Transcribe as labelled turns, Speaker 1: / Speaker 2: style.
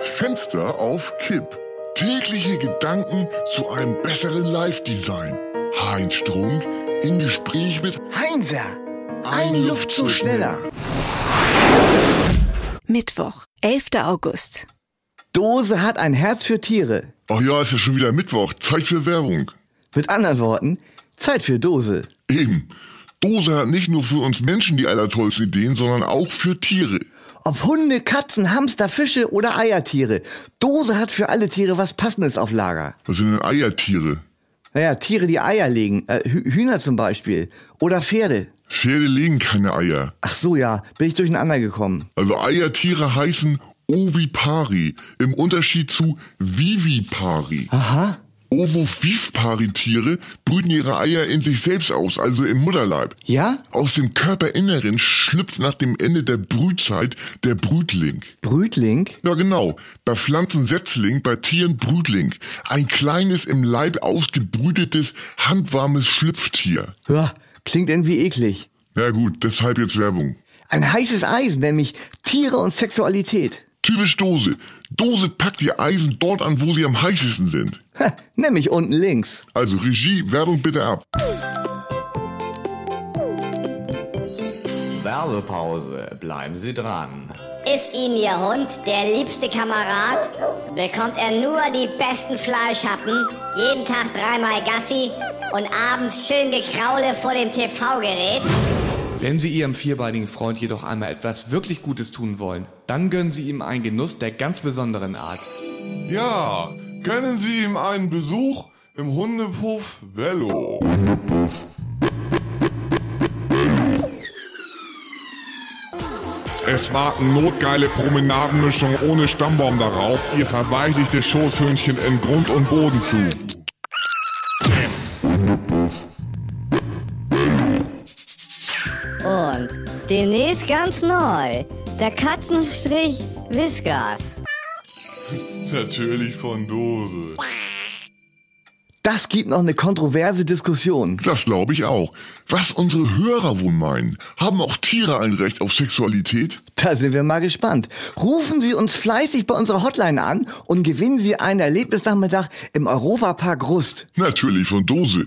Speaker 1: Fenster auf Kipp. Tägliche Gedanken zu einem besseren Live-Design. Heinz Strunk im Gespräch mit
Speaker 2: Heinser,
Speaker 1: Ein Luftzug ne? schneller.
Speaker 3: Mittwoch, 11. August.
Speaker 2: Dose hat ein Herz für Tiere.
Speaker 1: Ach ja, ist ja schon wieder Mittwoch. Zeit für Werbung.
Speaker 2: Mit anderen Worten, Zeit für Dose.
Speaker 1: Eben. Dose hat nicht nur für uns Menschen die allertollsten Ideen, sondern auch für Tiere.
Speaker 2: Ob Hunde, Katzen, Hamster, Fische oder Eiertiere. Dose hat für alle Tiere was Passendes auf Lager.
Speaker 1: Was sind denn Eiertiere?
Speaker 2: Naja, Tiere, die Eier legen. Äh, Hü- Hühner zum Beispiel. Oder Pferde.
Speaker 1: Pferde legen keine Eier.
Speaker 2: Ach so, ja, bin ich durcheinander gekommen.
Speaker 1: Also Eiertiere heißen Ovipari im Unterschied zu Vivipari.
Speaker 2: Aha.
Speaker 1: Ovovivpari-Tiere brüten ihre Eier in sich selbst aus, also im Mutterleib.
Speaker 2: Ja?
Speaker 1: Aus dem Körperinneren schlüpft nach dem Ende der Brützeit der Brütling.
Speaker 2: Brütling?
Speaker 1: Ja genau, bei Pflanzen Setzling, bei Tieren Brütling. Ein kleines, im Leib ausgebrütetes, handwarmes Schlüpftier.
Speaker 2: Ja, klingt irgendwie eklig.
Speaker 1: Na gut, deshalb jetzt Werbung.
Speaker 2: Ein heißes Eisen, nämlich Tiere und Sexualität.
Speaker 1: Typisch Dose. Dose packt ihr Eisen dort an, wo sie am heißesten sind.
Speaker 2: Ha, nämlich unten links.
Speaker 1: Also Regie, Werbung bitte ab.
Speaker 4: Werbepause. Bleiben Sie dran.
Speaker 5: Ist Ihnen Ihr Hund der liebste Kamerad? Bekommt er nur die besten Fleischhappen, jeden Tag dreimal Gassi und abends schön Gekraule vor dem TV-Gerät?
Speaker 6: Wenn Sie Ihrem vierbeinigen Freund jedoch einmal etwas wirklich Gutes tun wollen, dann gönnen Sie ihm einen Genuss der ganz besonderen Art.
Speaker 7: Ja, gönnen Sie ihm einen Besuch im Hundepuff Bello. Es warten notgeile Promenadenmischung ohne Stammbaum darauf, ihr verweichlichtes Schoßhündchen in Grund und Boden zu.
Speaker 5: Und demnächst ganz neu, der Katzenstrich Whiskers.
Speaker 7: Natürlich von Dose.
Speaker 2: Das gibt noch eine kontroverse Diskussion.
Speaker 1: Das glaube ich auch. Was unsere Hörer wohl meinen, haben auch Tiere ein Recht auf Sexualität?
Speaker 2: Da sind wir mal gespannt. Rufen Sie uns fleißig bei unserer Hotline an und gewinnen Sie einen Erlebnisnachmittag im Europapark Rust.
Speaker 1: Natürlich von Dose.